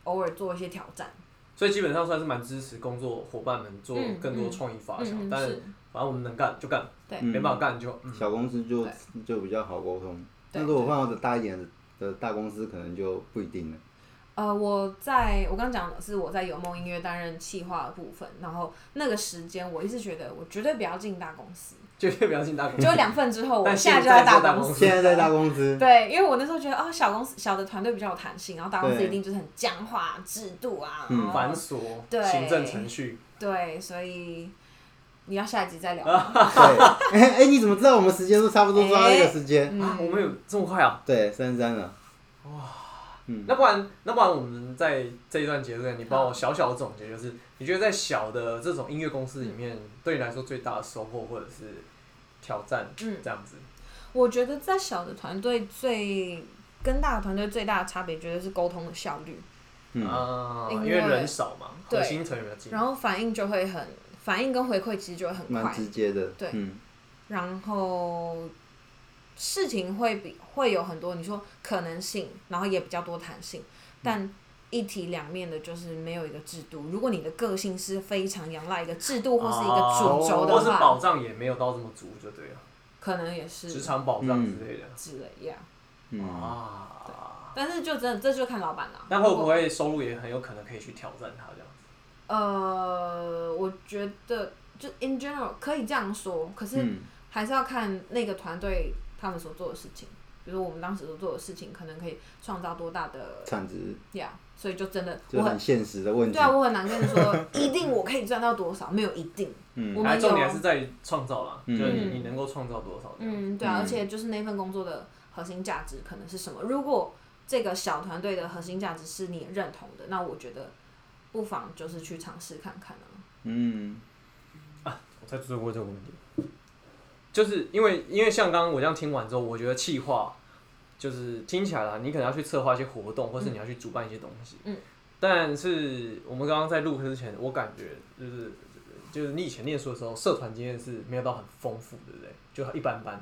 D: 偶尔做一些挑战。
B: 所以基本上算是蛮支持工作伙伴们做
D: 嗯
B: 更多
D: 嗯
B: 创意发想，
D: 嗯，
B: 但
D: 是
B: 反正我们能干就干，
D: 对
A: 嗯
B: 没办法干就
A: 小公司就
D: 对
A: 就比较好沟通。
D: 对
A: 那如果换到大一点的的大公司，可能就不一定了。
D: 呃，我在我刚讲的是我在有梦音乐担任企划的部分，然后那个时间我一直觉得我绝对不要进大公司，
B: 就越不要进大公司
D: 就。两份之后，我
B: 啊 但
D: 现在就
B: 现在在
D: 大
B: 大
D: 公
B: 公
D: 司。
B: 司
A: 现在在大公 司，
D: 对，因为我那时候觉得哦，小公司小的团队比较有弹性，然后大公司
A: 对
D: 一定就是很僵化制度啊，
A: 嗯
D: 然 后
B: 繁琐
D: 对
B: 行政程序，
D: 对，所以你要下一集再
B: 啊
D: 聊吗。
A: 对， 哎哎，你怎么知道我们时间都差不多抓到这个时间？
B: 啊，我
D: 嗯，
B: 们有这么快啊？
A: 对，三十三了。嗯
B: 那不然，那不然我们在这一段结论，你帮我小小的总结，就是你觉得在小的这种音乐公司里面，对你来说最大的收获或者是挑战，
D: 嗯
B: 这样子，
D: 我觉得在小的团队最跟大的团队最大的差别，绝对是沟通的效率，
A: 嗯，
B: 啊，
D: 因
B: 因
D: 为
B: 为人少嘛，
D: 对
B: 核心成员比较紧，
D: 然后反应就会很反应跟回馈其实就会很
A: 蛮
D: 快，
A: 直接的。
D: 对
A: 嗯
D: 然后事情会比会有很多你说可能性，然后也比较多弹性，
B: 嗯
D: 但。一体两面的，就是没有一个制度。如果你的个性是非常仰赖一个制度或是一个主轴
B: 哦或
D: 的
B: 是
D: 话，
B: 保障也没有到这么足，就对了，
D: 可能也是
B: 职场保障之类的、
D: 之类呀。
A: 嗯，
B: 啊。
D: 但是就真的这就看老板了、
B: 那会不会收入也很有可能可以去挑战它这样子？
D: 呃，我觉得就 in general 可以这样说，可是
A: 嗯
D: 还是要看那个团队他们所做的事情。比如说我们当时所做的事情，可能可以创造多大的
A: 产值
D: 呀所以就真的
A: 就
D: 我很
A: 很现实的问题
D: 对。啊，我很难跟你 说一定我可以赚到多少，没有一定。我
A: 嗯
D: 们
B: 哎，重点
D: 有
B: 是在于创造啦，就是
D: 嗯
B: 你你能够创造多少这样。
D: 嗯，对
A: 嗯
D: 啊，而且就是那份工作的核心价值可能是什么？如果这个小团队的核心价值是你认同的，那我觉得不妨就是去尝试看看啊。
A: 嗯
B: 我在追问这个问题，就是因为因为像刚刚我这样听完之后，我觉得企划就是听起来啦，你可能要去策划一些活动，或是你要去主办一些东西。
D: 嗯。
B: 但是我们刚刚在录之前，我感觉就是就是你以前念书的时候，社团经验是没有到很丰富，对不对？就一般般，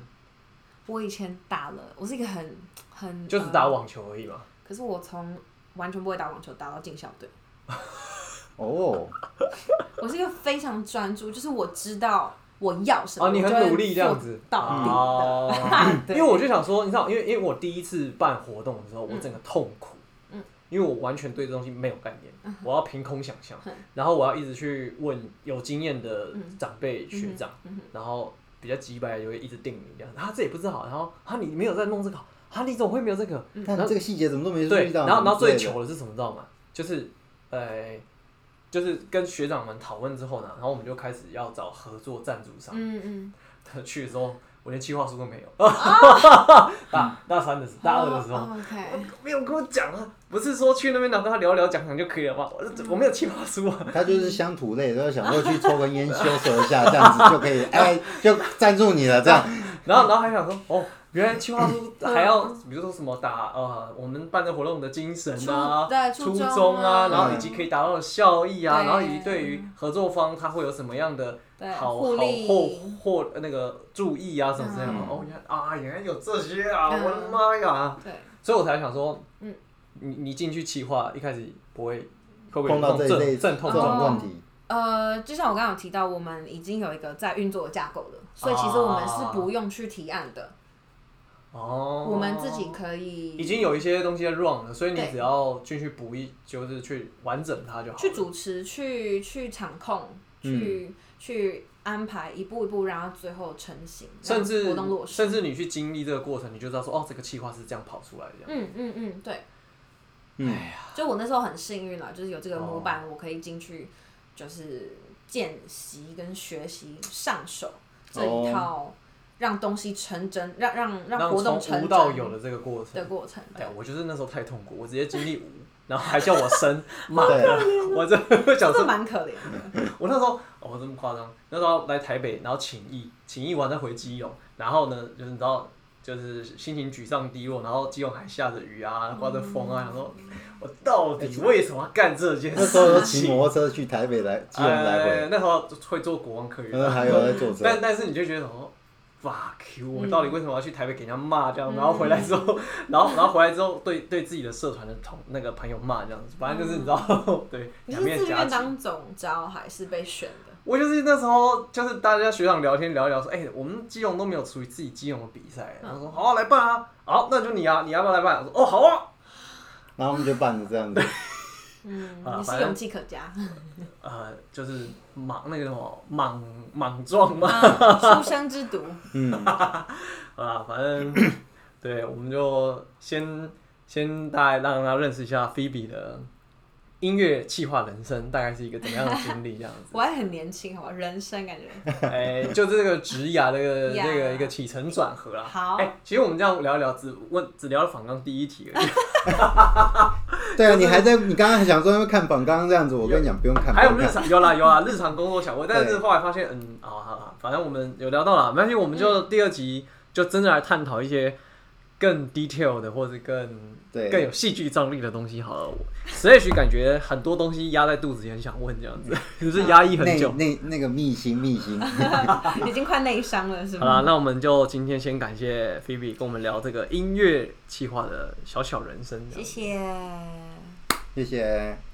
D: 我以前打了，我是一个很很
B: 就只打
D: 呃
B: 网球而已啊嘛。
D: 可是我从完全不会打网球打到进校队，
A: 哦，
D: 我是一个非常专注，就是我知道我要什么，
B: 哦你很
D: 我就会
B: 努力这样子嗯
D: 做到底的。
B: 哦
D: 对
B: 因为我就想说，你知道，因为因为我第一次办活动的时候，我
D: 嗯
B: 整个痛苦，
D: 嗯
B: 因为我完全对这东西没有概念，我要凭空想象
D: 嗯，
B: 然后我要一直去问有经验的
D: 嗯
B: 长辈
D: 嗯
B: 学
D: 哼
B: 长，
D: 嗯哼
B: 然后比较急白就会一直定你这样，啊这也不知道，然后啊你没有在弄这个，啊你怎么会没有这个？
D: 嗯
A: 但这个细节怎么都没注
B: 对，
A: 意到。
B: 然后然后最
A: 对的
B: 糗的是什么，知道吗？就是呃，就是跟学长们讨论之后呢，然后我们就开始要找合作赞助商。
D: 嗯嗯，
B: 他 去的时候，我连计划书都没有。
D: 啊
B: 大大三的时候，大二的时候，
D: 哦，OK，
B: 没有跟我讲啊，不是说去那边然后跟他聊聊讲讲就可以了吗？我我没有计划书啊。
A: 他就是乡土类，然后想说去抽根 烟休息一下，这样子就可以，哎，就赞助你了，这样。
B: 然后然后还想说，哦，原来计划书还要，
D: 嗯
B: 比如说什么打呃，我们办的活动的精神啊
D: 初，对初
B: 初
D: 衷
B: 衷
D: 啊
B: 啊，然后以及可以达到的效益啊，
D: 对
B: 然后以及对于合作方他会有什么样的
D: 对，
B: 好好
D: 互利
B: 或或那个注意啊什么之类的
A: 嗯。
B: 哦，原来啊，原来有这些啊，
D: 嗯
B: 我的妈呀！
D: 对，
B: 所以我才想说，
D: 嗯
B: 嗯，你你进去企划一开始不会会不会
A: 碰到这
B: 这
A: 一类
B: 种阵
A: 这
B: 痛
A: 种
B: 状
D: 哦
A: 问题，
D: 呃，就像我刚刚有提到，我们已经有一个在运作的架构了，所以其实我们是不用去提案的，
B: 哦，
D: 我们自己可以
B: 已经有一些东西在 run 了，所以你
D: 对
B: 只要进去补一，就是去完整它就好了。嗯
D: 去主持、去去场控、去、去安排，一步一步让它最后成型，
B: 甚
D: 让
B: 至
D: 活动落实。
B: 甚至你去经历这个过程，你就知道说，哦，这个企划是这样跑出来的这样。
D: 嗯嗯嗯，对，
A: 嗯，
D: 就我那时候很幸运了，就是有这个
B: 哦
D: 模板，我可以进去，就是见习跟学习上手哦这
B: 哦
D: 一
A: 哦
D: 套，让东西成真，让让让活动
B: 从
D: 成
B: 无到
D: 真
B: 有的这个过程
D: 的。过程。
B: 哎
D: 对
B: 呀，，我就是那时候太痛苦，我直接经历无，然后还叫我 生，妈
A: 对
B: 的，我这
D: 真
B: 想说
D: 的蛮可怜的。
B: 我那时候哦，我这么夸张，那时候来台北，然后请意，请意完再回基隆，然后呢，就是你知道，就是心情沮丧低落，然后基隆还下着雨啊，刮着风
D: 嗯
B: 啊，想说，我到底为什么要干这件
A: 那时候都
B: 事
A: 骑
B: 情？
A: 摩托车去台北来，基隆来
B: 哎
A: 回，，
B: 那时候会坐国王客运，
A: 嗯，还有在坐车，
B: 但但是你就觉得哦，fuck
D: 嗯
B: you，我到底为什么要去台北给人家骂这样？然后回来之后，然后然后回来之后对对自己的社团的同那个朋友骂这样子，反正就是你知道， 对，
D: 你
B: 两
D: 是
B: 面
D: 自
B: 夹
D: 愿
B: 击。
D: 当总招还是被选的？
B: 我就是那时候，就是大家学长聊天聊一聊说，哎、我们基隆都没有属于自己基隆的比赛，
D: 嗯
B: 然后说好、啊、来办啊，好，那就你啊，你要不要来办？我说哦，好啊，
A: 然后我们就办了这样子，
D: 嗯，
B: 啊
D: 你
B: 反
D: 是
B: 正
D: 勇气可 嘉，嗯
B: 呃，就是莽那个什么莽莽撞嘛，
D: 啊书生之毒。
A: 嗯，
B: 啊，反 正对，我们就先先大概让他认识一下菲比的音乐气化人生，大概是一个怎么样的经历这样 子。
D: 我还很年轻，好吧，人生感觉
B: 哎、就这个职涯的一个
D: Yeah
B: 这个一个起承转合啦。
D: 好
B: 哎、其实我们这样聊一聊，只问只聊了反刚第一题而已，
A: 对啊，你还在，你刚刚还想说要看榜，刚刚这样子，我跟你讲不用看，
B: 还有
A: 不用
B: 日
A: 看
B: 常有啦有啦，日常工作小问，但
A: 对
B: 是后来发现，嗯，好好好，反正我们有聊到啦，没关系，我们就第二集就真的来探讨一些更 detail 的或者更
A: 对
B: 更有戏剧张力的东西好了。我 Slash 感觉很多东西压在肚子，也很想问这样子，就是压抑很
A: 那
B: 久。
A: 那那个秘辛秘 辛，
D: 已经快内伤了，是
B: 好
D: 吗？
B: 啦，那我们就今天先感谢 Phoebe 跟我们聊这个音乐企划的小小人生。这样
D: 谢谢。
A: 谢谢。